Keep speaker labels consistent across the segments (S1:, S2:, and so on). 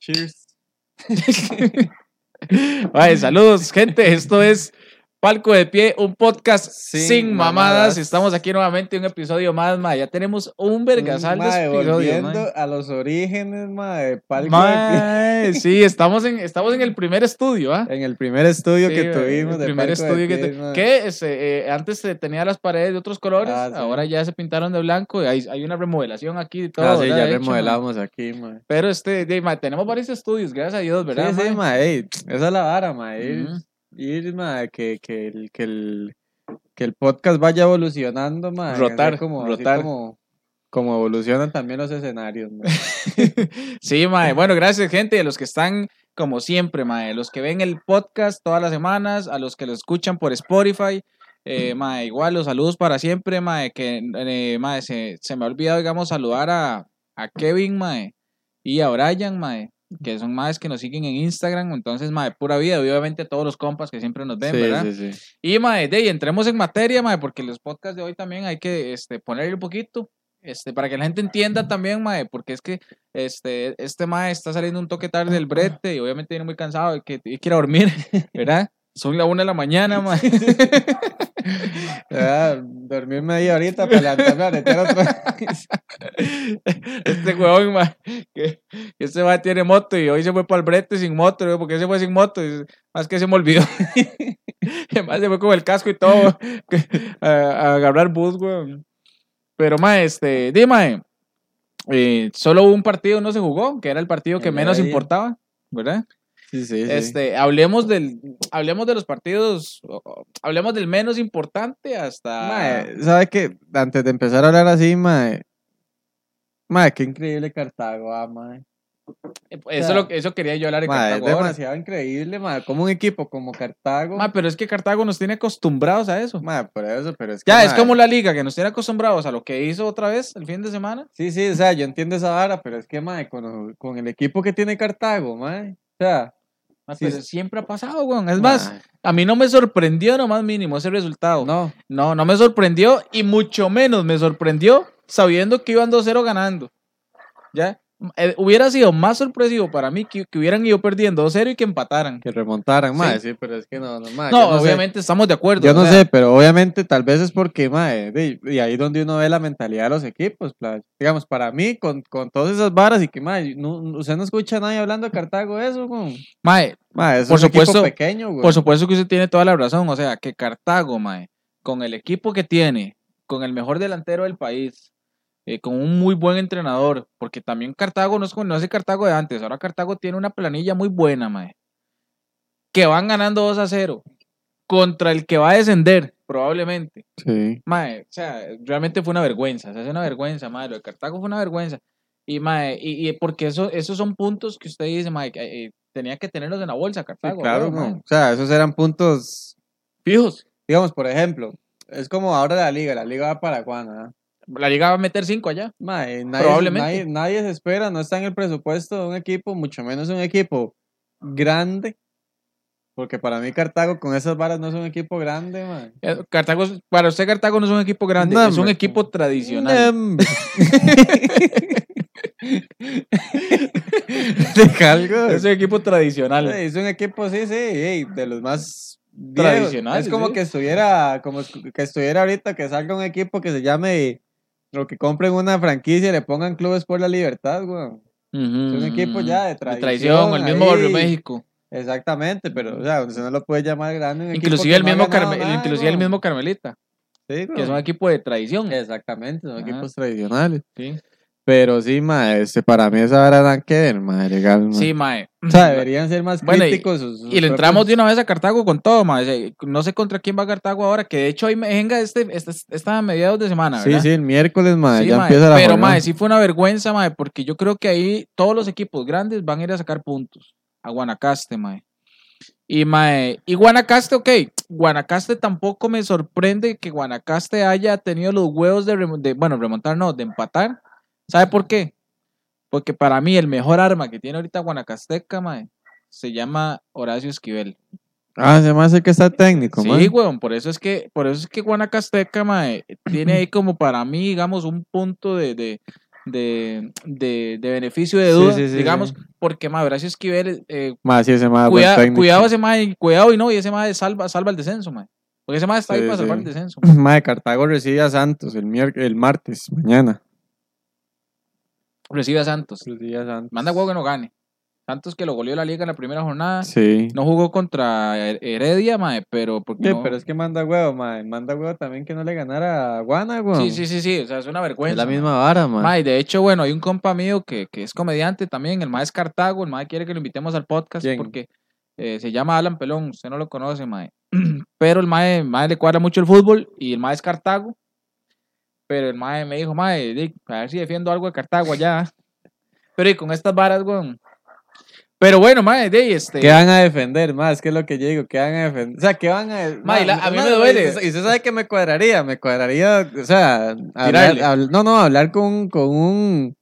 S1: Cheers.
S2: Vale, saludos, gente. Esto es Palco de Pie, un podcast sin,
S1: Sin
S2: mamadas.
S1: mamadas.
S2: Estamos aquí nuevamente, un episodio más, ma. Ya tenemos un vergasal de
S1: Mm, Mae,
S2: episodios,
S1: volviendo
S2: ma.
S1: a los orígenes, mae, palco de
S2: Mae, sí, estamos en, estamos en el primer estudio, ¿ah?
S1: pie. En el primer estudio
S2: Sí,
S1: que
S2: el
S1: tuvimos. de
S2: primer
S1: Palco de
S2: estudio que,
S1: Pie,
S2: tu-
S1: mae.
S2: que ese, eh, antes se tenía las paredes de otros colores,
S1: Ah, sí.
S2: ahora ya se pintaron de blanco y hay, hay una remodelación aquí y todo.
S1: Ah, sí,
S2: ¿verdad?
S1: ya
S2: De hecho, ma.
S1: remodelamos aquí, mae.
S2: Pero este, de- ma, tenemos varios estudios, gracias a Dios, ¿verdad?
S1: Sí, sí,
S2: ma? Mm.
S1: mae, ey, esa es la vara, mae. Ir,
S2: Ujú.
S1: ir, mae, que, que, el, que, el, que el podcast vaya evolucionando, mae. así
S2: Rotar,
S1: como, así
S2: rotar.
S1: como, como evolucionan también los escenarios, mae.
S2: Sí, mae. Bueno, gracias, gente, a los que están como siempre, mae. Los que ven el podcast todas las semanas, a los que lo escuchan por Spotify. Eh, mae, igual los saludos para siempre, mae. Que, eh, mae, se, se me ha olvidado, digamos, saludar a, a Kevin, mae, y a Brian, mae, que son maes que nos siguen en Instagram. Entonces, mae, pura vida. Y obviamente a todos los compas que siempre nos ven, ¿verdad?
S1: sí, sí, sí.
S2: Y, mae, de, ahí, entremos en materia, mae, porque los podcasts de hoy también hay que este, ponerle un poquito, este, para que la gente entienda también, mae, porque es que este, este mae está saliendo un toque tarde del brete y obviamente viene muy cansado y que y quiere dormir, ¿verdad? Son la una de la mañana, mae.
S1: Ah, dormir media horita para levantarme a bretear otra vez.
S2: Este huevón, mae, que que este mae tiene moto y hoy se fue para el brete sin moto, ¿no? porque se fue sin moto, Y más que se me olvidó. Además se fue con el casco y todo que- a, a agarrar bus, weón. Pero, mae, este, dime, solo un partido no se jugó, que era el partido que
S1: El de
S2: menos
S1: ayer.
S2: importaba, ¿verdad?
S1: Sí, sí, sí.
S2: Este, hablemos del, hablemos de los partidos, o- o- hablemos del menos importante hasta...
S1: Mae, ¿sabe qué? Antes de empezar a hablar así, mae. Mae, qué increíble Cartago, ah, mae.
S2: eso, lo, eso quería yo hablar en
S1: Mae, es
S2: Cartago ahora.
S1: demasiado ah, increíble, mae. Como un equipo como Cartago.
S2: Ma, pero es que Cartago nos tiene acostumbrados a eso.
S1: Mae, por eso, pero es que.
S2: Ya, es
S1: mae,
S2: como la liga que nos tiene acostumbrados a lo que hizo otra vez el fin de semana.
S1: Sí, sí, o sea, yo entiendo esa vara, pero es que, mae, con, con el equipo que tiene Cartago, mae. O sea,
S2: Ma,
S1: Sí,
S2: pero
S1: sí.
S2: siempre ha pasado, weón. Es más,
S1: mae,
S2: a mí no me sorprendió nomás mínimo ese resultado. No.
S1: No,
S2: no, me sorprendió y mucho menos me sorprendió sabiendo que iban 2-0 ganando. Ya, Eh, hubiera sido más sorpresivo para mí que, que hubieran ido perdiendo 2-0 y que empataran.
S1: que remontaran,
S2: Sí.
S1: mae. Sí, pero es que no, no, mae. Ah, yo
S2: no,
S1: sé.
S2: obviamente estamos de acuerdo.
S1: Yo
S2: o
S1: no
S2: sea,
S1: sé, pero obviamente tal vez es porque, mae, de- y ahí donde uno ve la mentalidad de los equipos, pla- digamos, para mí, con, con todas esas varas y que, mae, no, no- usted no escucha a nadie hablando de Cartago eso, güey.
S2: Mae,
S1: Mae, es
S2: Por
S1: un equipo
S2: supuesto,
S1: pequeño, güey.
S2: Por supuesto que usted tiene toda la razón. O sea, que Cartago, mae, con el equipo que tiene, con el mejor delantero del país, eh, con un muy buen entrenador, porque también Cartago no es como- no es el Cartago de antes. Ahora Cartago tiene una planilla muy buena, mae. Que van ganando 2 a 0 contra el que va a descender, probablemente.
S1: Sí.
S2: Mae, o sea, realmente fue una vergüenza. O sea, es una vergüenza, mae. Lo de Cartago fue una vergüenza. Y, mae, y, y porque eso, esos son puntos que usted dice, mae, que, eh, tenía que tenerlos en la bolsa, Cartago.
S1: claro,
S2: weón,
S1: güey.
S2: mae.
S1: O sea, esos eran puntos,
S2: Fijos.
S1: digamos, por ejemplo, es como ahora la liga, la liga va para Guana, ¿ah?
S2: La liga va a meter cinco allá.
S1: Mae, nadie,
S2: Probablemente.
S1: nadie- nadie se espera, no está en el presupuesto de un equipo, mucho menos un equipo grande. Porque para mí Cartago con esas varas no es un equipo grande, mae.
S2: Eh, Cartago, es- para usted Cartago no es un equipo grande,
S1: No,
S2: es un
S1: hombre.
S2: equipo tradicional.
S1: Nombre. Te algo.
S2: es un equipo tradicional.
S1: Es un equipo, sí, sí, ey, de los más viejos.
S2: Tradicionales,
S1: Es como
S2: sí.
S1: que estuviera, como escu- que estuviera ahorita que salga un equipo que se llame o que compren una franquicia y le pongan clubes por la libertad, weón.
S2: Ujú,
S1: es un equipo ya de
S2: traición,
S1: tradición,
S2: el mismo
S1: ahí.
S2: Barrio México.
S1: Exactamente, pero o sea, usted no lo puede llamar grande. un equipo
S2: Inclusive,
S1: que
S2: el,
S1: no ha
S2: mismo
S1: ganado
S2: Carme-
S1: nada,
S2: inclusive el
S1: weón.
S2: mismo Carmelita,
S1: Sí,
S2: que es un
S1: weón.
S2: equipo de tradición.
S1: Eh, Exactamente, son
S2: Ajá.
S1: equipos tradicionales.
S2: Sí,
S1: Pero sí, ma, este, para mí esa vara dan que ver, ma, legal, ma.
S2: Sí, mae.
S1: mm. O sea, deberían ser más
S2: Bueno, y-
S1: críticos. sus- sus
S2: Y le
S1: propios-
S2: entramos de una vez a Cartago con todo, mae. O sea, No sé contra quién va Cartago ahora, que de hecho ahí me venga este, esta esta mediados de semana,
S1: Sí,
S2: ¿verdad?
S1: sí, el miércoles, ma,
S2: Sí,
S1: ya
S2: mae,
S1: empieza la
S2: pero,
S1: jornada.
S2: mae, sí fue una vergüenza, mae, porque yo creo que ahí todos los equipos grandes van a ir a sacar puntos a Guanacaste, mae. Y, mae, y Guanacaste, ok, Guanacaste tampoco me sorprende que Guanacaste haya tenido los huevos de, remo- de- bueno, remontar no, de empatar. ¿Sabe por qué? Porque para mí el mejor arma que tiene ahorita Guanacasteca, mae, se llama Horacio Esquivel.
S1: Ah, se me hace que está técnico, ma.
S2: Sí, weón, por eso es que, por eso es que Guanacasteca, mae, tiene ahí como para mí, digamos, un punto de, de, de, de, de beneficio de duda,
S1: sí, sí,
S2: digamos,
S1: sí.
S2: porque más Horacio Esquivel, eh,
S1: Más, sí, ese más. buen
S2: cuida-
S1: técnico.
S2: cuidado ese mae, cuidado y no, y ese mae salva, salva el descenso, mae. Porque ese mae está ahí
S1: Sí,
S2: para
S1: sí.
S2: salvar el descenso.
S1: Mae, Cartago recibe a Santos el, mier- el martes, mañana.
S2: Recibe a Santos.
S1: Recibe a Santos.
S2: Manda huevo que no gane. Santos que lo goleó la liga en la primera jornada.
S1: Sí.
S2: No jugó contra Her- Heredia, mae, pero porque
S1: Sí,
S2: no-
S1: pero es que manda huevo, mae. Manda huevo también que no le ganara a Guana, weón.
S2: sí, sí, sí, sí, o sea, es una vergüenza.
S1: Es la
S2: mae.
S1: misma vara, mae.
S2: Mae, de hecho, bueno, hay un compa mío que, que es comediante también, el mae es Cartago, el mae quiere que lo invitemos al podcast
S1: ¿Quién?
S2: porque eh, se llama Alan Pelón, usted no lo conoce, mae. Pero el mae, el mae le cuadra mucho el fútbol y el mae es Cartago. Pero el mae me dijo, mae, di, a ver si defiendo algo de Cartago allá. Pero y con estas varas, weón. Pero bueno, mae, de ahí, este.
S1: ¿Qué van a defender, mae? Es que es lo que yo digo, ¿qué van a defender? O sea, ¿qué van a...
S2: Mae, la- a mí me
S1: y
S2: duele.
S1: usted- Y usted sabe que me cuadraría, me cuadraría, o sea, hablar,
S2: Tirarle.
S1: habl- no, no, hablar con, con un...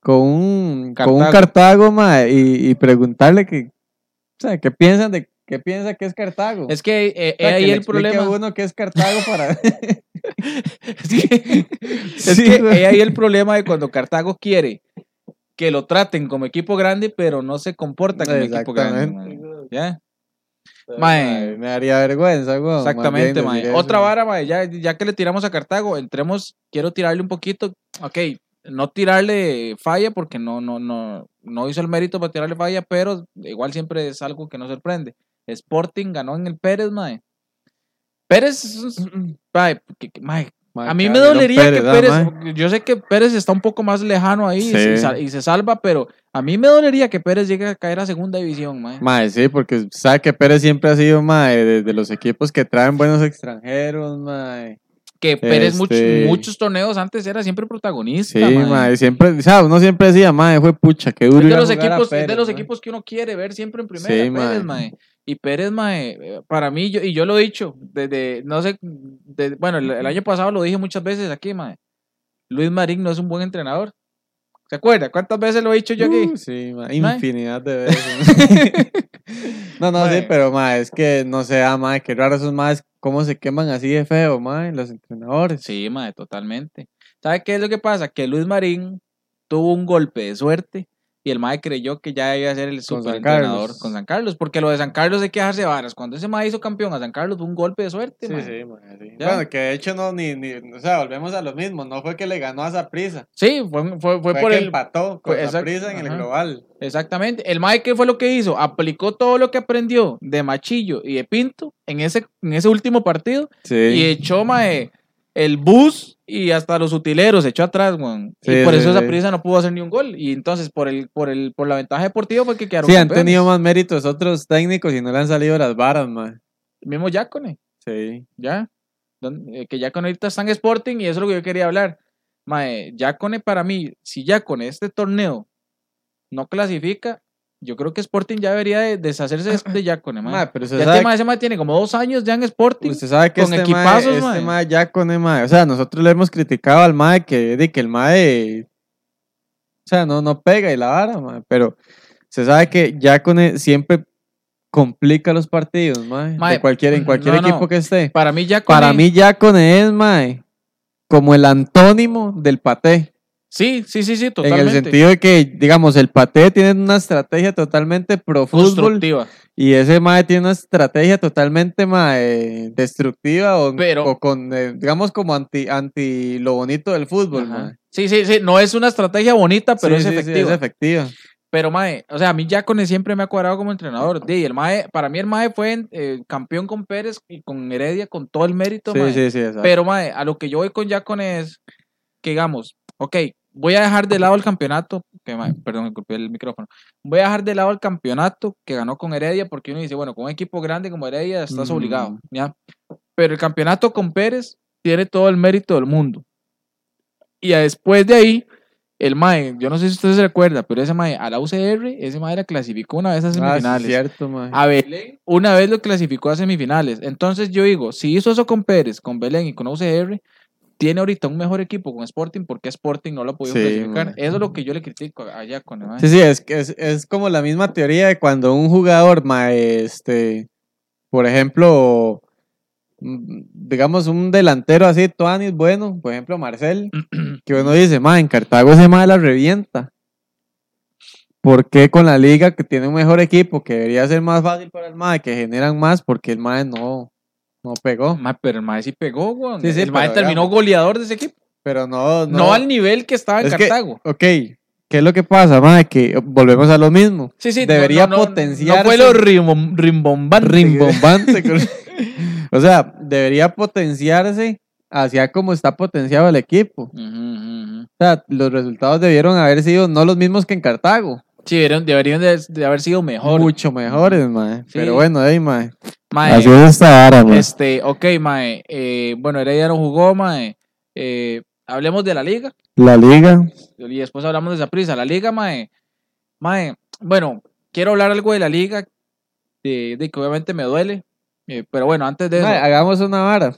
S1: Con un, con un
S2: Cartago.
S1: Cartago, mae, y, y preguntarle que... O sea, ¿qué piensan de... ¿Qué piensa que es Cartago?
S2: Es que eh,
S1: O sea,
S2: eh, ahí
S1: que le
S2: el
S1: explique a
S2: problema.
S1: uno que es Cartago para...
S2: Es que, es
S1: Sí,
S2: que
S1: güey.
S2: he ahí el problema de cuando Cartago quiere que lo traten como equipo grande, pero no se comporta como equipo grande.
S1: Exactamente.
S2: mae. ¿Ya? Mae.
S1: Mae, me daría vergüenza, weón. más
S2: Exactamente,
S1: bien
S2: mae.
S1: decir eso.
S2: Otra vara, mae, ya, ya que le tiramos a Cartago, entremos, quiero tirarle un poquito. Ok, no tirarle falla porque no, no, no, no hizo el mérito para tirarle falla, pero igual siempre es algo que nos sorprende. Sporting ganó en el Pérez, mae. Pérez, es un- mae, que- que- mae,
S1: Mae,
S2: a mí me
S1: Gabriel
S2: dolería que
S1: ah,
S2: Pérez,
S1: mae.
S2: yo sé que Pérez está un poco más lejano ahí y se-
S1: Sí.
S2: y, sal- y se salva, pero a mí me dolería que Pérez llegue a caer a segunda división, mae.
S1: Mae, sí, porque sabe que Pérez siempre ha sido, mae, de, de los equipos que traen buenos extranjeros, mae.
S2: Que Pérez much-
S1: Este-
S2: muchos torneos antes era siempre protagonista,
S1: Sí,
S2: mae.
S1: mae, siempre, o sea, uno siempre decía, mae, fue pucha, qué duro
S2: Es de
S1: ir a
S2: los,
S1: jugar a
S2: equipos, es de
S1: Pérez,
S2: los
S1: mae.
S2: equipos que uno quiere ver siempre en primera,
S1: Sí,
S2: Pérez,
S1: mae.
S2: mae. Y Pérez, mae, eh, para mí, yo, y yo lo he dicho, desde, no sé, de- bueno, el, el año pasado lo dije muchas veces aquí, mae. Luis Marín no es un buen entrenador. ¿Se acuerda? ¿Cuántas veces lo he dicho yo aquí?
S1: Uh, sí, mae,
S2: Mae.
S1: infinidad de veces. no, no, sí,
S2: Mae.
S1: pero, mae, es que, no sé, ah, mae, qué raro esos maes, cómo se queman así de feo, mae, los entrenadores.
S2: Sí, mae, totalmente. ¿Sabe qué es lo que pasa? Que Luis Marín tuvo un golpe de suerte y el mae creyó que ya iba a ser el
S1: Con San
S2: superentrenador
S1: Carlos.
S2: con San Carlos, porque lo de San Carlos hay que dejarse varas. Cuando ese mae hizo campeón a San Carlos fue un golpe de suerte,
S1: Sí,
S2: mae.
S1: sí, mae, sí.
S2: Ya.
S1: Bueno, que de hecho no, ni, ni, o sea, volvemos a lo mismo, no fue que le ganó a Zaprisa,
S2: Sí, fue, fue, fue
S1: fue,
S2: por
S1: que
S2: el...
S1: empató con
S2: fue- exacto,
S1: Zaprisa en el
S2: ajá.
S1: global.
S2: Exactamente. El Mae, ¿qué fue lo que hizo? Aplicó todo lo que aprendió de Machillo y de Pinto en ese, en ese último partido
S1: Sí.
S2: y echó, Mae, el bus y hasta los utileros, echó atrás, weón. y
S1: Sí,
S2: por
S1: sí,
S2: eso
S1: sí.
S2: esa prisa no pudo hacer ni un gol. Y entonces, por el por el por la ventaja deportiva fue que quedaron
S1: Sí, han
S2: campeones.
S1: tenido más méritos otros técnicos y no le han salido las varas, mae.
S2: El mismo Yacone,
S1: Sí.
S2: ya. Don- eh, Que Yacone ahorita está en Sporting y eso es lo que yo quería hablar. Mae, Yacone para mí, si Yacone este torneo no clasifica, yo creo que Sporting ya debería de deshacerse de- de Yacone, mae.
S1: Mae, pues, pero usted
S2: Ya
S1: sabe,
S2: este mae, ese mae tiene como dos años ya en Sporting.
S1: usted sabe que
S2: con
S1: este mae,
S2: equipazos,
S1: este
S2: mae.
S1: mae ya con el mae. O sea, nosotros le hemos criticado al mae que, de que el mae. O sea, no, no pega y la vara, mae. Pero se sabe que ya con el- siempre complica los partidos, mae.
S2: Mae,
S1: de cualquier, en cualquier
S2: no, no.
S1: equipo que esté.
S2: Para mí Yacone.
S1: Para mí, ya con E es, mae, como el antónimo del paté.
S2: Sí, sí, sí, sí,
S1: En
S2: totalmente.
S1: el sentido de que, digamos, el Paté tiene una estrategia totalmente pro fútbol
S2: constructiva.
S1: y ese Mae tiene una estrategia totalmente mae, destructiva o,
S2: Pero-
S1: o con, eh, digamos, como anti, anti lo bonito del fútbol.
S2: Ajá.
S1: mae.
S2: Sí, sí, sí. No es una estrategia bonita, pero
S1: Sí,
S2: es
S1: sí, sí,
S2: efectiva.
S1: es efectiva.
S2: Pero, mae, o sea, a mí Yacone siempre me ha cuadrado como entrenador. Di, el mae, para mí el mae fue eh, campeón con Pérez y con Heredia con todo el mérito, mae.
S1: Sí, sí, sí, exacto.
S2: Pero, mae, a lo que yo voy con Yacone es que, digamos, ok, voy a dejar de lado el campeonato. Que, mae, perdón, me culpé el micrófono. Voy a dejar de lado el campeonato que ganó con Heredia, porque uno dice, bueno, con un equipo grande como Heredia estás
S1: Ujú.
S2: obligado, ¿ya? Pero el campeonato con Pérez tiene todo el mérito del mundo. Y a- después de ahí, el Mae, yo no sé si usted se recuerda, pero ese Mae, a la UCR, ese Mae la clasificó una vez a
S1: Ah, sí,
S2: semifinales.
S1: cierto, mae.
S2: A Belén una vez lo clasificó a semifinales. Entonces yo digo, si hizo eso con Pérez, con Belén y con UCR, tiene ahorita un mejor equipo con Sporting porque Sporting no lo ha podido
S1: Sí,
S2: clasificar.
S1: mae.
S2: Eso es lo que yo le critico allá con el mae.
S1: Sí, sí, es, que es, es como la misma teoría de cuando un jugador, mae, este, por ejemplo, mm, digamos, un delantero así, Tuanis, bueno, por ejemplo, Marcel, que uno dice, ma, en Cartago ese ma la revienta. ¿Por qué con la liga que tiene un mejor equipo, que debería ser más fácil para el MAE, que generan más, porque el MAE no, no pegó?
S2: Ma, pero el Mae sí pegó, weón.
S1: Sí, sí,
S2: el Mae
S1: pero
S2: terminó goleador de ese equipo.
S1: Pero no,
S2: No,
S1: no.
S2: al nivel que estaba en
S1: Es que-
S2: Cartago.
S1: Ok, ¿qué es lo que pasa, mae? Que volvemos a lo mismo.
S2: Sí, sí,
S1: Debería
S2: No
S1: potenciarse.
S2: fue lo rimbom- rimbombante.
S1: Rimbombante. con- o sea, debería potenciarse hacia como está potenciado el equipo.
S2: Ujú, ujú, ujú.
S1: O sea, los resultados debieron haber sido no los mismos que en Cartago.
S2: Sí, deberían, deberían de, de haber sido mejor.
S1: Mucho mejores, mae.
S2: Sí.
S1: Pero bueno, ahí, mae.
S2: Mae,
S1: Así es esta vara, mae.
S2: este, ok, Mae. eh, bueno, Heredia no jugó, Mae. Eh, hablemos de la liga
S1: La liga.
S2: y después hablamos de esa prisa. La liga, Mae. Mae, bueno, quiero hablar algo de la liga, de, de que obviamente me duele. eh, pero bueno, antes de eso.
S1: Mae, hagamos una vara.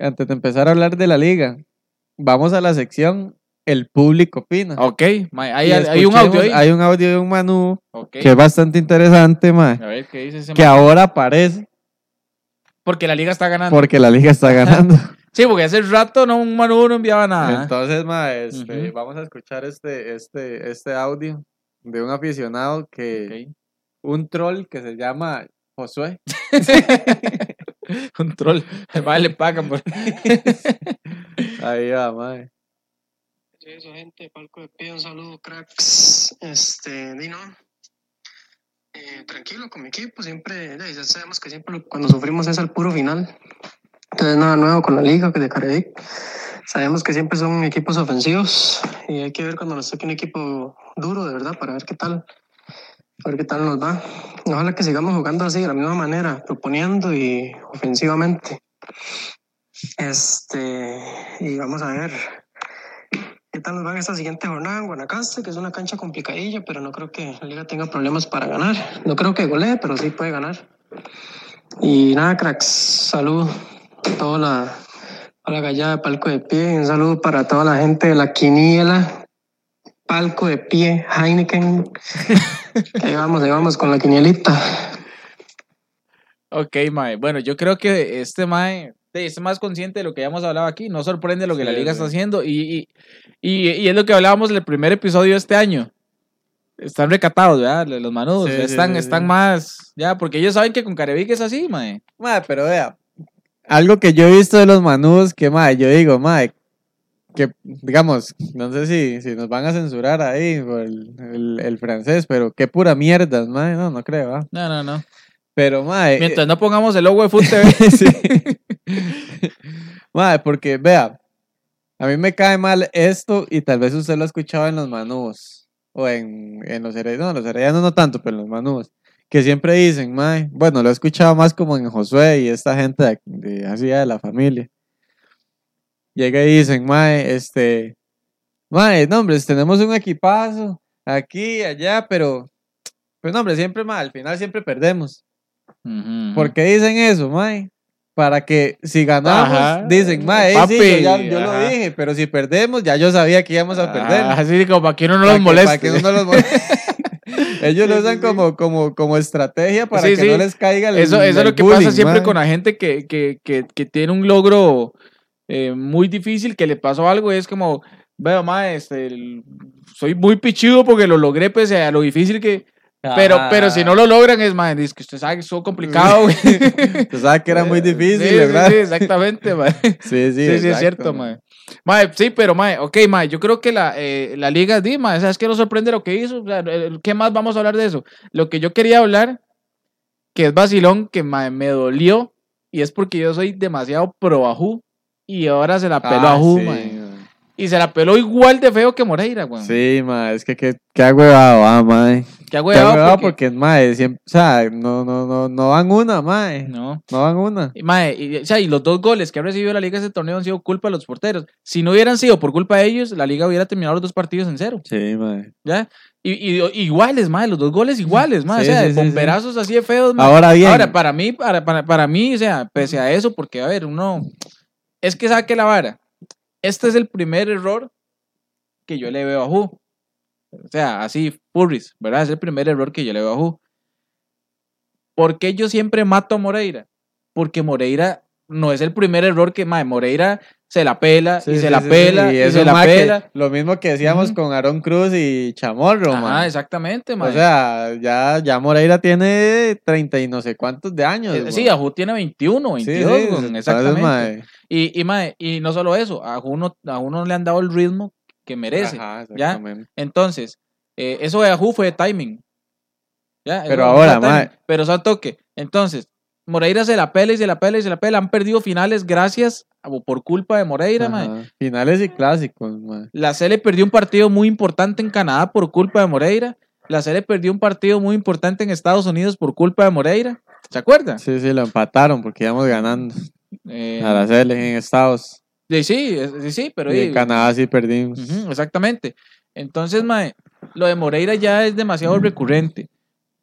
S1: Antes de empezar a hablar de la liga, vamos a la sección El público opina.
S2: ok, Mae, hay,
S1: Y
S2: hay un audio ahí.
S1: escuchemos- Hay un audio de un Manu
S2: Ok,
S1: que es bastante interesante, mae.
S2: A ver, ¿qué dice ese
S1: que
S2: mae?
S1: ahora aparece
S2: Porque la liga está ganando.
S1: porque la liga está ganando.
S2: Sí, porque hace rato no un Manu no enviaba nada.
S1: Entonces, ma, este,
S2: Ah. Ujú.
S1: vamos a escuchar este, este, este audio de un aficionado que,
S2: Ok.
S1: un troll que se llama Josué.
S2: un troll. El mae le pagan por.
S1: Ahí va, ma.
S3: Sí, eso, gente, Palco de Pío, un saludo, cracks. Este, Dino. Eh, tranquilo con mi equipo, siempre, ya ya sabemos que siempre lo- cuando sufrimos es al puro final. Entonces, nada nuevo con la liga que de Caribe. Sabemos que siempre son equipos ofensivos y hay que ver cuando nos toque un equipo duro, de verdad, para ver qué tal. A ver qué tal nos va. Ojalá que sigamos jugando así, de la misma manera, proponiendo y ofensivamente. Este, y vamos a ver. ¿Qué tal nos va en esta siguiente jornada en Guanacaste? Que es una cancha complicadilla, pero no creo que la liga tenga problemas para ganar. No creo que golee, pero sí puede ganar. Y nada, cracks, salud a toda la, a la gallada de Palco de Pie. Un saludo para toda la gente de la Quiniela, Palco de Pie, Heineken. ahí vamos, ahí vamos con la quinielita.
S2: Ok, Mae. Bueno, yo creo que este Mae sí, es más consciente de lo que habíamos hablado aquí. No sorprende lo que la
S1: Sí,
S2: liga
S1: sí.
S2: está haciendo. Y, y, y- y es lo que hablábamos en el primer episodio de este año. Están recatados, ¿verdad? Los manudos.
S1: Sí, sí,
S2: están
S1: sí, sí.
S2: están más. Ya, porque ellos saben que con Carevic es así, Mae.
S1: Ma, pero vea, algo que yo he visto de los Manús, que, ma, yo digo, ma, que, digamos, no sé si, si nos van a censurar ahí por el, el- el francés, pero qué pura mierda, ma, no, no creo, ¿ah?
S2: No, no, no.
S1: Pero, ma, eh,
S2: Mientras no pongamos el logo de Food TV.
S1: Sí. Mae, porque vea, a mí me cae mal esto y tal vez usted lo ha escuchado en los manubos o en, en los heredianos, los heredianos no tanto, pero en los manubos, que siempre dicen, mae, bueno, lo he escuchado más como en Josué y esta gente de, de- así de la familia. Llega y dicen, mae, este, mae, no, hombre, tenemos un equipazo aquí, allá, pero, pues, no, hombre, siempre, mae, al final siempre perdemos.
S2: Ujú.
S1: ¿Por qué dicen eso, mae? Para que si ganamos,
S2: Ajá.
S1: dicen, mae, eh, sí, yo,
S2: Papi,
S1: ya- yo lo
S2: ajá.
S1: dije, pero si perdemos, ya yo sabía que íbamos a perder.
S2: Ah, así como para que uno no
S1: Para
S2: los
S1: que-
S2: moleste.
S1: Para que uno los moleste. Ellos lo
S2: Sí,
S1: usan
S2: sí, sí.
S1: Como, como, como estrategia para
S2: Sí,
S1: que
S2: sí.
S1: no les caiga el
S2: Eso, eso es lo
S1: el
S2: que
S1: bullying,
S2: pasa siempre
S1: mae.
S2: con la gente que, que, que, que tiene un logro eh, muy difícil, que le pasó algo y es como, veo, ma, este, el- soy muy pichudo porque lo logré pese a lo difícil que... Pero,
S1: Ajá.
S2: pero si no lo logran es, ma, es que usted sabe que estuvo complicado. güey".
S1: Ah. Tú sabes que era muy difícil,
S2: Sí, sí,
S1: ¿verdad?
S2: Sí,
S1: Sí,
S2: exactamente, ma. Sí,
S1: sí,
S2: sí, es
S1: exacto,
S2: cierto,
S1: mae.
S2: ma. Ma, sí, pero, ma, ok, ma, yo creo que la, eh, la liga Dima, ¿sabes qué nos sorprende lo que hizo? O sea, eh, ¿Qué más vamos a hablar de eso? Lo que yo quería hablar que es vacilón, que mae, me dolió, y es porque yo soy demasiado pro Ajú, y ahora se la peló
S1: Ah,
S2: a Ajú,
S1: sí,
S2: mae.
S1: mae.
S2: Y se la peló igual de feo que Moreira, weón.
S1: Sí, mae, es que qué, qué agüevado, ah, mae.
S2: Qué
S1: Qué
S2: agüeado,
S1: agüevado
S2: porque...
S1: porque, mae, siempre, o sea, no, no, no, no dan una, mae. No,
S2: No.
S1: dan una.
S2: Y, mae, y, o sea, y los dos goles que ha recibido la liga ese torneo han sido culpa de los porteros. Si no hubieran sido por culpa de ellos, la liga hubiera terminado los dos partidos en cero,
S1: Sí, mae.
S2: ¿ya? Y, y- iguales, mae, los dos goles iguales, mae.
S1: Sí,
S2: o sea,
S1: sí, sí, sí.
S2: bomberazos así de feos, mae.
S1: Ahora bien,
S2: Mm. Ahora, para mí, para, para, para mí, o sea, pese a eso, porque, a ver, uno, es que saque la vara. Este es el primer error que yo le veo a Ju. O sea, así, Furris, ¿verdad? Es el primer error que yo le veo a Ju. ¿Por qué yo siempre mato a Moreira? Porque Moreira no es el primer error que mae, Moreira se la pela
S1: Sí,
S2: y se
S1: sí,
S2: la
S1: sí, sí,
S2: pela
S1: y
S2: y,
S1: eso
S2: se la
S1: ma, que-
S2: pela.
S1: lo mismo que decíamos
S2: Ujú.
S1: con Aaron Cruz y Chamorro,
S2: Ajá,
S1: ma.
S2: exactamente, mae.
S1: O sea, ya, ya Moreira tiene 30 y no sé cuántos de años.
S2: Eh,
S1: weón.
S2: sí, Ajú tiene 21,
S1: Sí,
S2: 22,
S1: sí,
S2: weón,
S1: entonces,
S2: exactamente.
S1: mae,
S2: Y, y, mae, y no solo eso, a uno, a uno le han dado el ritmo que merece.
S1: ajá,
S2: ¿ya?
S1: exactamente.
S2: Entonces, eh, eso de Ajú fue de timing. ¿ya? Eso
S1: Pero
S2: de Ajú
S1: ahora,
S2: fue de timing,
S1: mae.
S2: Pero son toque. Entonces, Moreira se la pela y se la pela y se la pela. Han perdido finales gracias a- por culpa de Moreira, mae.
S1: Ajá, Finales y clásicos, mae.
S2: La Sele perdió un partido muy importante en Canadá por culpa de Moreira. La Sele perdió un partido muy importante en Estados Unidos por culpa de Moreira. ¿Se acuerdan?
S1: Sí, sí, lo empataron porque íbamos ganando
S2: Eh,
S1: a la Sele en Estados.
S2: sí, sí, es- sí, sí, pero
S1: y
S2: eh,
S1: en Canadá sí perdimos.
S2: ujú, exactamente. Entonces, mae, lo de Moreira ya es demasiado recurrente.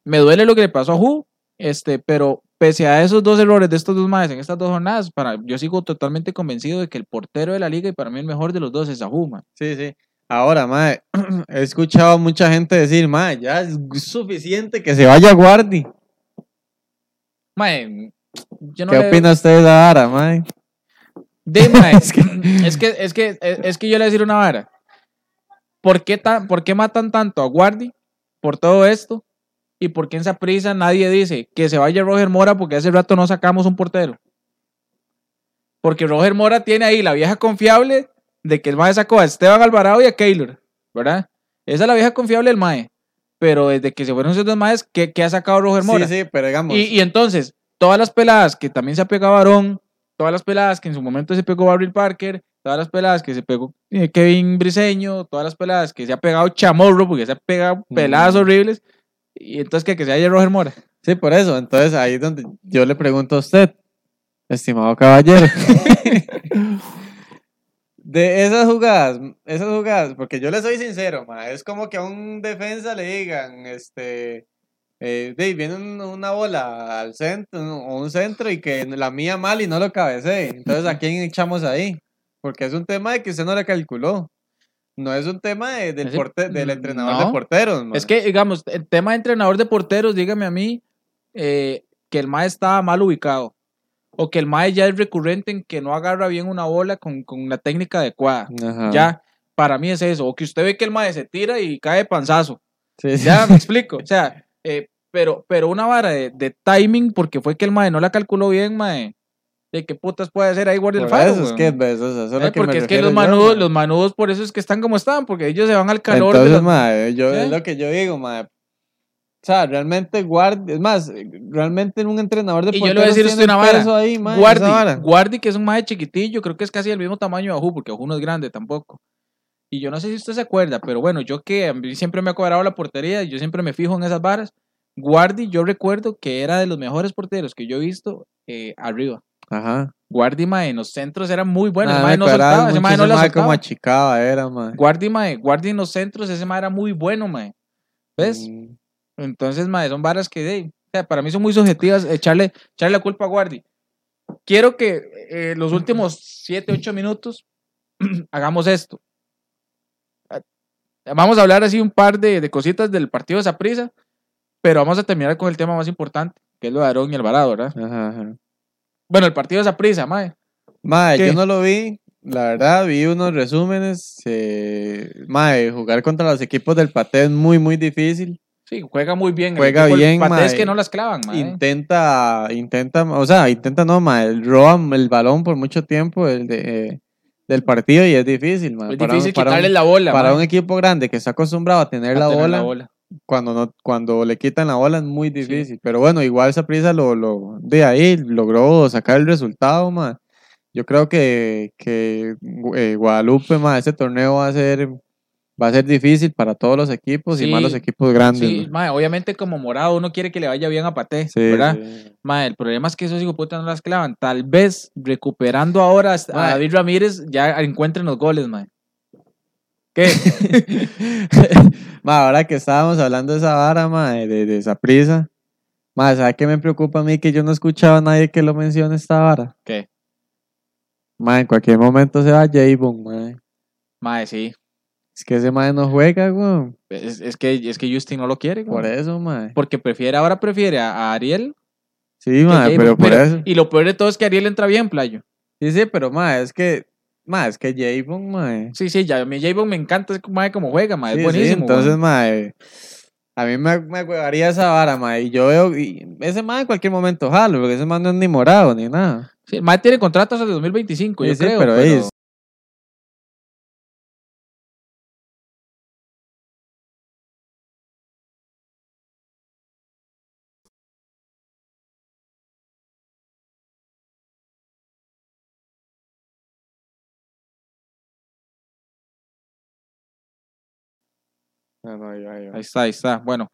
S2: Me duele lo que le pasó a Ju, este, pero pese a esos dos errores de estos dos maes en estas dos jornadas, para, yo sigo totalmente convencido de que el portero de la liga y para mí el mejor de los dos es Ajú, mae.
S1: Sí, sí. Ahora, mae, he escuchado a mucha gente decir, mae, ya es suficiente que se vaya Guardi.
S2: Mae, yo no
S1: ¿Qué
S2: le-
S1: opina usted de esa vara, mae?
S2: De, mae, es que es que es que es que yo le voy a decir una vara. ¿Por qué, tan, ¿Por qué matan tanto a Guardi por todo esto? ¿Y por qué en esa prisa nadie dice que se vaya Roger Mora porque hace rato no sacamos un portero? Porque Roger Mora tiene ahí la vieja confiable de que el Mae sacó a Esteban Alvarado y a Keylor, ¿verdad? Esa es la vieja confiable del Mae. Pero desde que se fueron esos dos Maes, ¿qué, qué ha sacado Roger Mora?
S1: Sí, sí, pero digamos,
S2: Y, y entonces, todas las peladas que también se ha pegado Barón, todas las peladas que en su momento se pegó Barry Parker, todas las peladas que se pegó eh, Kevin Briseño, todas las peladas que se ha pegado Chamorro, porque se ha pegado peladas
S1: Mm.
S2: horribles, y entonces que, que se haya Roger Mora.
S1: sí, por eso. Entonces ahí es donde yo le pregunto a usted, estimado caballero. De esas jugadas, esas jugadas, porque yo le soy sincero, mae, es como que a un defensa le digan, este, eh, de, viene un- una bola al centro un- o un centro y que la mía mal y no lo cabecee. Entonces, ¿a quién echamos ahí? Porque es un tema de que usted no la calculó. No es un tema de- del,
S2: Ese-
S1: porte- del
S2: mm,
S1: entrenador de
S2: no.
S1: porteros. mae.
S2: Es que, digamos, el tema de entrenador de porteros, dígame a mí, eh, que el Mae estaba mal ubicado, o que el Mae ya es recurrente en que no agarra bien una bola con, con la técnica adecuada.
S1: Ajá.
S2: Ya, para mí es eso, o que usted ve que el Mae se tira y cae de panzazo.
S1: Sí, sí.
S2: Ya me explico. O sea, eh, pero, pero una vara de, de timing, porque fue que el mae no la calculó bien, mae. De qué putas puede hacer ahí guardia el
S1: Por
S2: faro.
S1: eso es
S2: weón.
S1: que, pues, ves, eso es a lo
S2: Eh,
S1: que me
S2: porque es que
S1: refiero
S2: los
S1: yo,
S2: manudos,
S1: mae.
S2: los manudos por eso es que están como están, porque ellos se van al calor de
S1: Entonces,
S2: las-
S1: mae, yo,
S2: ¿Eh?
S1: es lo que yo digo, mae. O sea, realmente Guardi, es más, realmente un entrenador de
S2: Y yo le voy a decir
S1: porteros
S2: usted
S1: tiene
S2: una
S1: un
S2: vara.
S1: peso ahí, mae,
S2: Guardi,
S1: esa vara.
S2: Guardi, que es un mae chiquitillo, creo que es casi del mismo tamaño de Ajú, porque Ajú no es grande tampoco. Y yo no sé si usted se acuerda, pero bueno, yo que a mí siempre me ha cobrado la portería, yo siempre me fijo en esas varas. Guardi, yo recuerdo que era de los mejores porteros que yo he visto eh, arriba.
S1: Ajá.
S2: Guardi, mae, en los centros era muy bueno.
S1: Nada,
S2: el mae
S1: me
S2: no
S1: cuadraba
S2: soltaba, ese
S1: mucho
S2: mae no
S1: ese
S2: la
S1: mae como
S2: soltaba.
S1: achicaba era, mae.
S2: Guardi, mae, Guardi en los centros, ese mae era muy bueno, mae. ¿Ves?
S1: Mm,
S2: Entonces, mae, son varas que de, o sea, para mí son muy subjetivas echarle, echarle la culpa a Guardi. Quiero que eh, los últimos 7, 8 minutos hagamos esto. Ah, Vamos a hablar así un par de, de cositas del partido de prisa, pero vamos a terminar con el tema más importante, que es lo de Aarón y Alvarado, ¿verdad?
S1: Ajá, ajá.
S2: Bueno, el partido de prisa, mae.
S1: Mae,
S2: ¿Qué?
S1: yo no lo vi, la verdad, vi unos resúmenes. eh, mae, jugar contra los equipos del Paté es muy, muy difícil.
S2: Sí, juega muy bien. el
S1: Juega
S2: equipo, el
S1: bien,
S2: Paté es
S1: mae.
S2: que no las clavan, mae.
S1: Intenta, intenta, o sea, intenta no, mae, roba el balón por mucho tiempo el de, eh, del partido y es difícil, mae.
S2: es
S1: para un-
S2: difícil
S1: para un-
S2: quitarle la bola.
S1: para
S2: mae,
S1: un equipo grande que está acostumbrado a tener,
S2: a
S1: la,
S2: tener
S1: bola, cuando no cuando le quitan la bola es muy difícil pero bueno igual esa prisa lo, lo de ahí logró sacar el resultado ma. yo creo que, que Gu- eh, Guadalupe ma, este torneo va a ser va a ser difícil para todos los equipos y más los
S2: Sí,
S1: equipos grandes
S2: Sí,
S1: ma.
S2: mae, obviamente como morado uno quiere que le vaya bien a Paté,
S1: Sí,
S2: ¿verdad?
S1: sí.
S2: Mae, el problema es que esos hijos no las clavan. Tal vez recuperando ahora a
S1: Mae.
S2: David Ramírez ya encuentren los goles, mae. ¿Qué?
S1: Ma, ahora que estábamos hablando de esa vara ma, de, de- de esa prisa ma, ¿sabes qué me preocupa a mí? que yo no escuchaba a nadie que lo mencione esta vara
S2: ¿Qué?
S1: ma, en cualquier momento se va J-Bone ma.
S2: Mae, sí.
S1: Es que ese mae no juega, weón.
S2: Es, es que, es que Justin no lo quiere,
S1: Por
S2: güey.
S1: eso, mae.
S2: Porque prefiere, ahora prefiere a, a Ariel
S1: Sí, Sí, mae,
S2: Que-
S1: pero por
S2: mira,
S1: eso.
S2: Y lo peor de todo es que Ariel entra bien, playo.
S1: Sí, sí, pero mae, es que. Mae, es que Javon, mae.
S2: Sí, sí, ya, a mí Javon me encanta es como- mae, como juega, mae,
S1: Sí,
S2: es
S1: sí,
S2: buenísimo.
S1: entonces,
S2: mae.
S1: mae. A mí me, me huevaría esa vara, mae. Y yo veo. y ese mae en cualquier momento jalo, porque ese mae no es ni morado ni nada.
S2: Sí, el mae tiene contrato hasta el 2025, yo
S1: Sí, sí,
S2: creo.
S1: pero
S2: pero-
S1: es- No, no, ahí va, ahí va.
S2: Ahí está, ahí está. Bueno,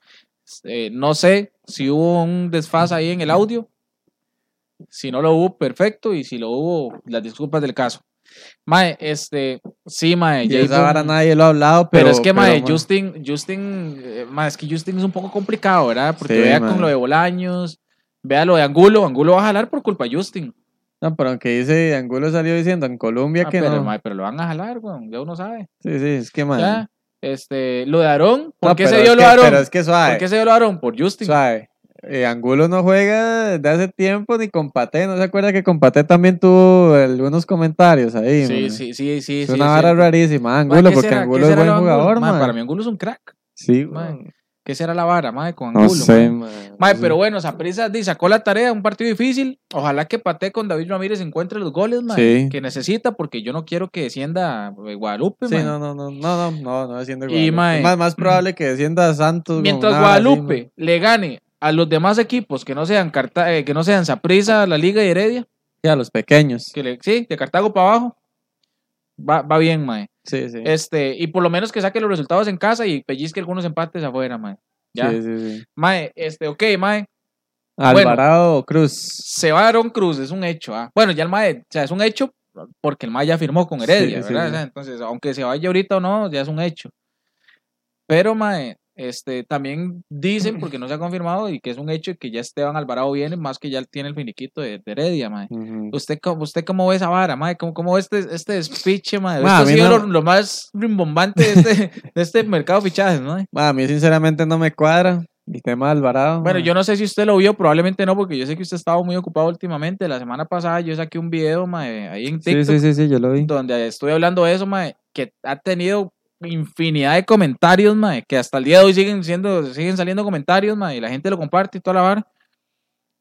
S2: eh, no sé si hubo un desfase ahí en el audio. Si no lo hubo, perfecto. Y si lo hubo, las disculpas del caso. Mae, este, sí, Mae.
S1: Y esa
S2: Javon-
S1: vara nadie lo ha hablado, pero.
S2: pero, es que, Mae,
S1: mae,
S2: Justin, Justin, eh, mae, es que Justin es un poco complicado, ¿verdad? Porque
S1: Sí,
S2: vea
S1: mae.
S2: con lo de Bolaños, vea lo de Angulo, Angulo va a jalar por culpa de Justin.
S1: No, pero aunque dice, Angulo salió diciendo en Colombia
S2: Ah,
S1: que
S2: pero,
S1: no.
S2: mae, pero lo van a jalar, weón, ya uno sabe.
S1: Sí, sí, es que, mae.
S2: Ya, Este, lo de Aarón, ¿por
S1: No,
S2: qué se
S1: pero
S2: dio
S1: es
S2: lo de
S1: que-
S2: Aarón?
S1: Pero es que
S2: ¿Por
S1: suave.
S2: qué se dio lo de Aarón? Por Justin.
S1: Suave. Eh, Angulo no juega desde hace tiempo ni con Paté. ¿No se acuerda que con Paté también tuvo algunos comentarios ahí?
S2: Sí,
S1: mae?
S2: sí, sí, sí.
S1: Es
S2: sí,
S1: una
S2: es
S1: vara
S2: cierto.
S1: rarísima,
S2: Ma,
S1: Angulo,
S2: ¿qué
S1: porque
S2: será- qué
S1: Angulo es
S2: será
S1: buen
S2: lo de Angulo?
S1: jugador,
S2: Ma,
S1: man.
S2: Para mí Angulo es un crack.
S1: Sí,
S2: ma,
S1: man.
S2: ¿Qué será la vara, mae, con
S1: No
S2: Angulo?
S1: sé,
S2: ma?
S1: man.
S2: Ma,
S1: No sé.
S2: pero bueno, Saprissa di, sacó la tarea, un partido difícil. Ojalá que Pate con David Ramírez encuentre los goles, mae,
S1: Sí.
S2: que necesita, porque yo no quiero que descienda eh, Guadalupe,
S1: Sí,
S2: mae.
S1: no, no, no, no, no, no, no desciende
S2: Y,
S1: Guadalupe.
S2: mae, mm,
S1: Es más, más probable que descienda Santos. con
S2: Mientras
S1: una vara así,
S2: Guadalupe le gane a los demás equipos que no sean Carta eh, que no sean Saprissa, la Liga y Heredia,
S1: ma. Sí, a los pequeños.
S2: que le, sí, de Cartago para abajo, va, va bien, mae.
S1: Sí, sí.
S2: Este, y por lo menos que saque los resultados en casa y pellizque algunos empates afuera, mae. Ya.
S1: Sí, sí, sí.
S2: Mae, este, ok, Mae,
S1: Alvarado o Cruz.
S2: se va Aaron Cruz, es un hecho. ah. Bueno, ya el Mae, o sea, es un hecho porque el Mae ya firmó con Heredia,
S1: Sí, sí,
S2: ¿verdad?
S1: sí.
S2: O sea, entonces, aunque se vaya ahorita o no, ya es un hecho. Pero, Mae, este, también dicen, porque no se ha confirmado, y que es un hecho que ya Esteban Alvarado viene, más que ya tiene el finiquito de, de Heredia, Mae.
S1: Ujú.
S2: ¿Usted cómo, ¿Usted cómo ve esa vara, mae? ¿Cómo, cómo ve este, este despiche, mae?
S1: Ma,
S2: Esto
S1: a
S2: ha
S1: mí
S2: sido
S1: no-
S2: lo, lo más rimbombante de este, de este mercado de fichajes, ¿no?
S1: Ma, a mí, sinceramente, no me cuadra el tema de Alvarado.
S2: Bueno,
S1: ma.
S2: yo no sé si usted lo vio, probablemente no, porque yo sé que usted estaba muy ocupado últimamente. La semana pasada yo saqué un video, mae, ahí en TikTok,
S1: Sí, sí, sí, sí, yo lo vi.
S2: donde estoy hablando de eso, mae, que ha tenido infinidad de comentarios, mae, que hasta el día de hoy siguen siendo, siguen saliendo comentarios, mae, y la gente lo comparte y toda la vara.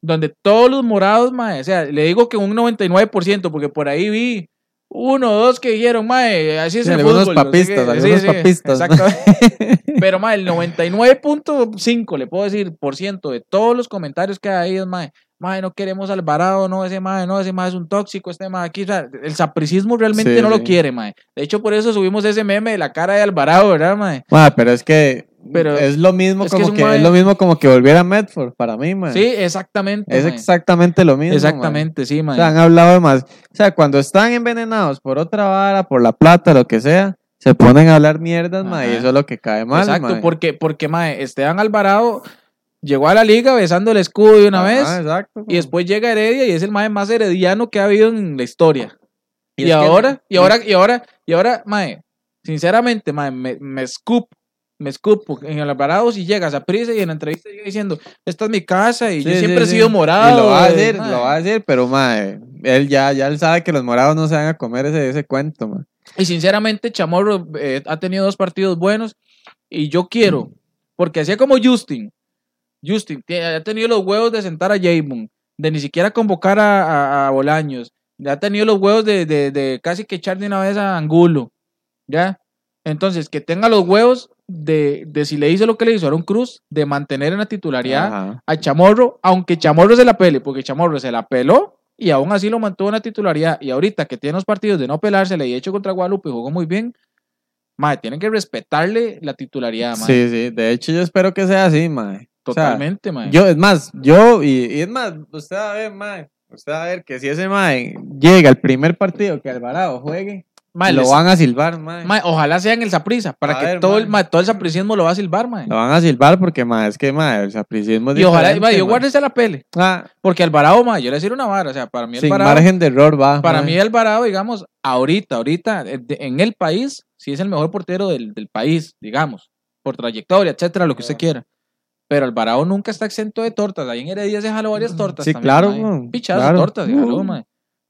S2: Donde todos los morados, mae, o sea, le digo que un 99%, porque por ahí vi uno o dos que dijeron, mae, así es
S1: Sí,
S2: el
S1: algunos
S2: fútbol, no sé
S1: papistas,
S2: qué.
S1: algunos papistas, ¿no?
S2: exactamente. Pero, mae, el 99.5, le puedo decir, por ciento de todos los comentarios que hay, es, mae, mae, no queremos a Alvarado, no, ese mae, no, ese mae es un tóxico, este mae aquí, o sea, el sapricismo realmente
S1: Sí,
S2: no lo
S1: sí.
S2: quiere, mae. De hecho, por eso subimos ese meme de la cara de Alvarado, ¿verdad, mae?
S1: Ma, pero es que
S2: Pero
S1: es lo mismo
S2: es que
S1: como
S2: es un
S1: que,
S2: mae-
S1: es lo mismo como que volviera a Medford para mí, man.
S2: Sí, exactamente.
S1: es
S2: mae.
S1: exactamente lo mismo. mae.
S2: Exactamente, sí,
S1: O
S2: mae.
S1: sea, han hablado de más. O sea, cuando están envenenados por otra vara, por la plata, lo que sea, se ponen a hablar mierdas, ma, y
S2: Ajá.
S1: eso es lo que cae mal,
S2: Exacto,
S1: ma.
S2: porque, porque, mae, Esteban Alvarado llegó a la liga besando el escudo de una
S1: Ajá,
S2: vez.
S1: exacto,
S2: Y después llega Heredia y es el mae más herediano que ha habido en la historia.
S1: Y es
S2: Y,
S1: que-
S2: ahora, y ahora, y ahora, y ahora, mae, sinceramente, mae, me, me escupo, me escupo en el Alvarado si llegas a prisa y en la entrevista llega diciendo, esta es mi casa y
S1: Sí,
S2: yo
S1: sí,
S2: siempre he
S1: sí.
S2: sido morado.
S1: Y lo va a
S2: eh,
S1: decir,
S2: mae".
S1: lo va a decir, pero mae, él ya, ya él sabe que los morados no se van a comer ese, ese cuento, mae.
S2: Y sinceramente, Chamorro eh, ha tenido dos partidos buenos y yo quiero, porque hacía como Justin, Justin te- ha tenido los huevos de sentar a Javon, de ni siquiera convocar a, a- a Bolaños, ha tenido los huevos de, de- de casi que echar de una vez a Angulo, ¿ya? Entonces, que tenga los huevos de, de si le hizo lo que le hizo a Aaron Cruz, de mantener en la titularidad
S1: Ajá.
S2: a Chamorro, aunque Chamorro se la pele, porque Chamorro se la peló y aún así lo mantuvo en la titularidad. Y ahorita que tiene los partidos de no pelársela y hecho contra Guadalupe jugó muy bien, madre, tienen que respetarle la titularidad, mae,
S1: Sí, sí, de hecho yo espero que sea así, mae. O sea,
S2: Totalmente, mae.
S1: Yo, es más, yo, y, y es más, usted va a ver, mae, usted va a ver que si ese mae llega al primer partido que Alvarado juegue,
S2: Mae,
S1: lo
S2: les-
S1: van a silbar, mae.
S2: mae, ojalá sean el Saprisa, para
S1: A
S2: que
S1: ver,
S2: todo, el,
S1: mae.
S2: mae, todo el sapricismo lo va a silbar, mae.
S1: Lo van a silbar porque, mae, es que, mae, el sapricismo es
S2: Y ojalá,
S1: diferente,
S2: mae, yo
S1: mae.
S2: guárdese la pele,
S1: Ah,
S2: porque Alvarado, mae, yo le voy a decir una vara, o sea, para mí
S1: sin
S2: Alvarado,
S1: margen de error va,
S2: para
S1: mae.
S2: mí Alvarado, digamos, ahorita, ahorita, eh, de- en el país, sí es el mejor portero del, del país, digamos, por trayectoria, etcétera, lo que usted
S1: Claro.
S2: quiera. Pero Alvarado nunca está exento de tortas. Ahí en Heredia se jaló varias tortas.
S1: Mm, Sí,
S2: también,
S1: claro,
S2: mae.
S1: weón,
S2: Pichazo,
S1: claro.
S2: tortas, se jaló,
S1: Uh.
S2: mae.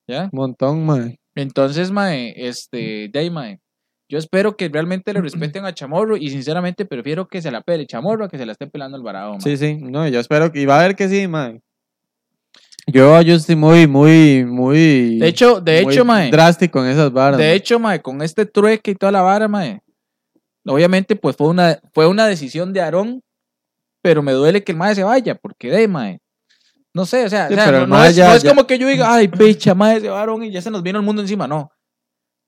S2: ¿Ya?
S1: montón, mae.
S2: Entonces, mae, este, de ahí, mae, yo espero que realmente le respeten a Chamorro y sinceramente prefiero que se la pele Chamorro a que se la esté pelando Alvarado, mae.
S1: Sí, sí, no, yo espero que. Y va a ver que sí, mae. Yo, yo estoy muy, muy, muy.
S2: De hecho, de
S1: muy
S2: hecho, mae,
S1: Drástico en esas varas.
S2: de
S1: mae.
S2: hecho, mae, con este trueque y toda la vara, mae, obviamente, pues fue una, fue una decisión de Aarón, pero me duele que el mae se vaya, porque de, ahí, mae, no sé, o sea,
S1: Sí,
S2: o sea,
S1: pero
S2: no,
S1: el
S2: no
S1: mae
S2: es,
S1: ya-
S2: no es
S1: ya-
S2: como que yo diga, ay, picha, mae, se va Aarón y ya se nos vino el mundo encima, no.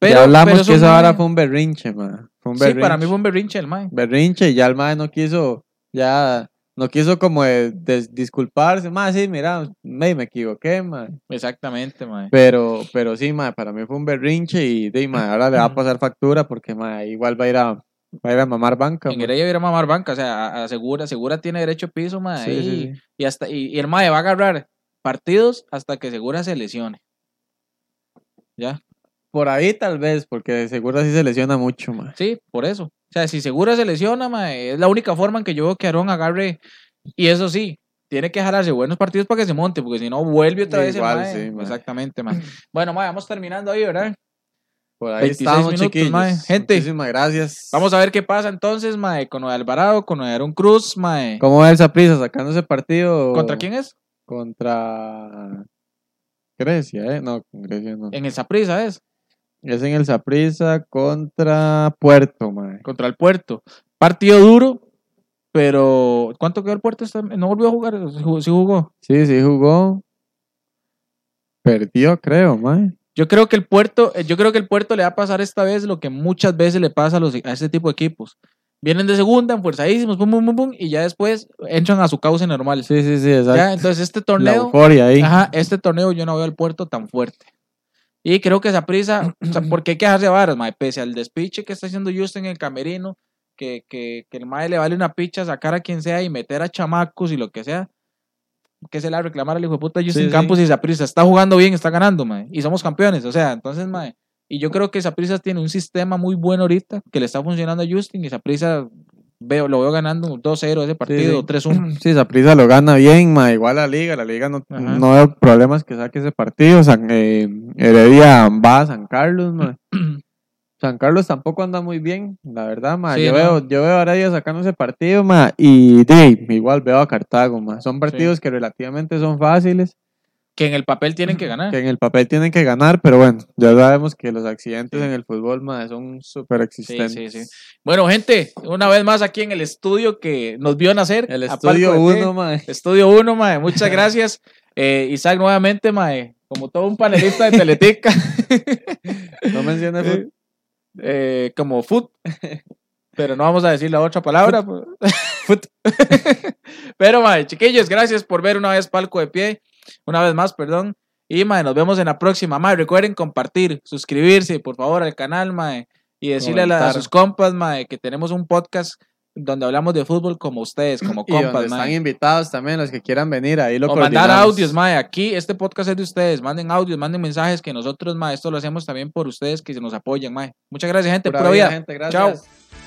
S1: ya hablamos
S2: pero es
S1: que
S2: un
S1: esa vara
S2: mae-
S1: fue un berrinche, mae. Fue un
S2: Sí,
S1: berrinche.
S2: para mí fue un berrinche el mae.
S1: berrinche y ya el mae no quiso, ya no quiso como de- de- disculparse, más sí, mira, me, me equivoqué, mae.
S2: Exactamente, mae.
S1: Pero, pero sí, mae, para mí fue un berrinche y de, mae, ahora le va a pasar factura porque mae, igual va a ir a, va a, ir a mamar banca.
S2: En
S1: mae.
S2: Heredia viene a mamar banca, o sea, a- a Segura, Segura tiene derecho a piso, mae.
S1: Sí,
S2: y,
S1: sí, sí.
S2: Y, hasta, y, y el mae va a agarrar partidos hasta que Segura se lesione. ¿Ya?
S1: Por ahí tal vez, porque de seguro sí se lesiona mucho, mae.
S2: Sí, por eso. O sea, si Segura se lesiona, mae, es la única forma en que yo veo que Aarón agarre. Y eso sí, tiene que jalarse buenos partidos para que se monte, porque si no vuelve otra vez
S1: Igual,
S2: el mae.
S1: sí, mae.
S2: Exactamente, mae. Bueno, mae, vamos terminando ahí, ¿verdad?
S1: Por ahí
S2: 26
S1: estamos,
S2: minutos,
S1: chiquillos.
S2: mae. Gente.
S1: Muchísimas gracias.
S2: Vamos a ver qué pasa entonces, mae, con lo de Alvarado, con lo de Aarón Cruz, mae.
S1: ¿Cómo va esa prisa sacando ese partido?
S2: ¿Contra quién es?
S1: Contra Grecia, ¿eh? No, con Grecia no.
S2: En el Saprissa es.
S1: Es en el Saprissa contra Puerto, mae.
S2: contra el Puerto. Partido duro, pero ¿cuánto quedó el Puerto? esta- No volvió a jugar, sí jugó- sí jugó.
S1: Sí, sí jugó. Perdió, creo, mae.
S2: Yo creo que el Puerto, eh, yo creo que el Puerto le va a pasar esta vez lo que muchas veces le pasa a, los, a este tipo de equipos. Vienen de segunda, enfuerzadísimos, pum, pum, pum, pum, y ya después entran a su cauce normal.
S1: Sí, sí, sí,
S2: Ya,
S1: exacto.
S2: entonces este
S1: La
S2: torneo,
S1: euforia ahí.
S2: ajá, este torneo yo no veo al Puerto tan fuerte. Y creo que esa prisa, porque hay que dejarse varas, mae, pese al despiche que está haciendo Justin en el camerino, que, que, que el mae le vale una picha sacar a quien sea y meter a chamacos y lo que sea, que se la reclamar al hijo de puta Justin
S1: sí.
S2: Campos y esa prisa está jugando bien, está ganando, mae, y somos campeones, o sea, entonces, mae, y yo creo que esa prisa tiene un sistema muy bueno ahorita que le está funcionando a Justin y esa prisa veo, lo veo ganando 2-0 ese partido, 3-1.
S1: Sí, Saprissa lo gana bien, mae. Igual la liga, la liga no,
S2: Ajá.
S1: no veo problemas que saque ese partido. San, eh, Heredia va a San Carlos, mae. San Carlos tampoco anda muy bien, la verdad, mae.
S2: Sí,
S1: yo,
S2: no.
S1: veo, yo veo a Heredia sacando ese partido, mae. Y de, igual veo a Cartago, mae. Son partidos que relativamente son fáciles.
S2: que en el papel tienen que ganar.
S1: que en el papel tienen que ganar, pero bueno, ya sabemos que los accidentes en el fútbol mae, son súper
S2: Sí,
S1: existentes.
S2: sí, sí. Bueno, gente, una vez más aquí en el estudio que nos vio nacer.
S1: El
S2: a Palco
S1: estudio
S2: de Té.
S1: 1, mae.
S2: Estudio 1, mae. Muchas gracias. Eh, Isaac, nuevamente, mae. Como todo un panelista de Teletica.
S1: No menciona fútbol.
S2: eh, como food. Pero no vamos a decir la otra palabra. pues. Foot. Pero, mae, chiquillos, gracias por ver una vez Palco de Pie. Una vez más, perdón. Y, mae, nos vemos en la próxima. Mae, recuerden compartir, suscribirse, por favor, al canal, mae. Y decirle a, la- a
S1: Comentar.
S2: sus compas, mae, que tenemos un podcast donde hablamos de fútbol como ustedes, como
S1: Y donde
S2: compas,
S1: están
S2: mae.
S1: invitados también los que quieran venir, ahí lo
S2: O mandar
S1: coordinamos.
S2: audios, mae. Aquí, este podcast es de ustedes. Manden audios, manden mensajes que nosotros, mae, esto lo hacemos también por ustedes que se nos apoyan, mae. Muchas gracias, gente.
S1: Pura
S2: Pura
S1: vida,
S2: vida.
S1: gente,
S2: Chao.
S1: gracias.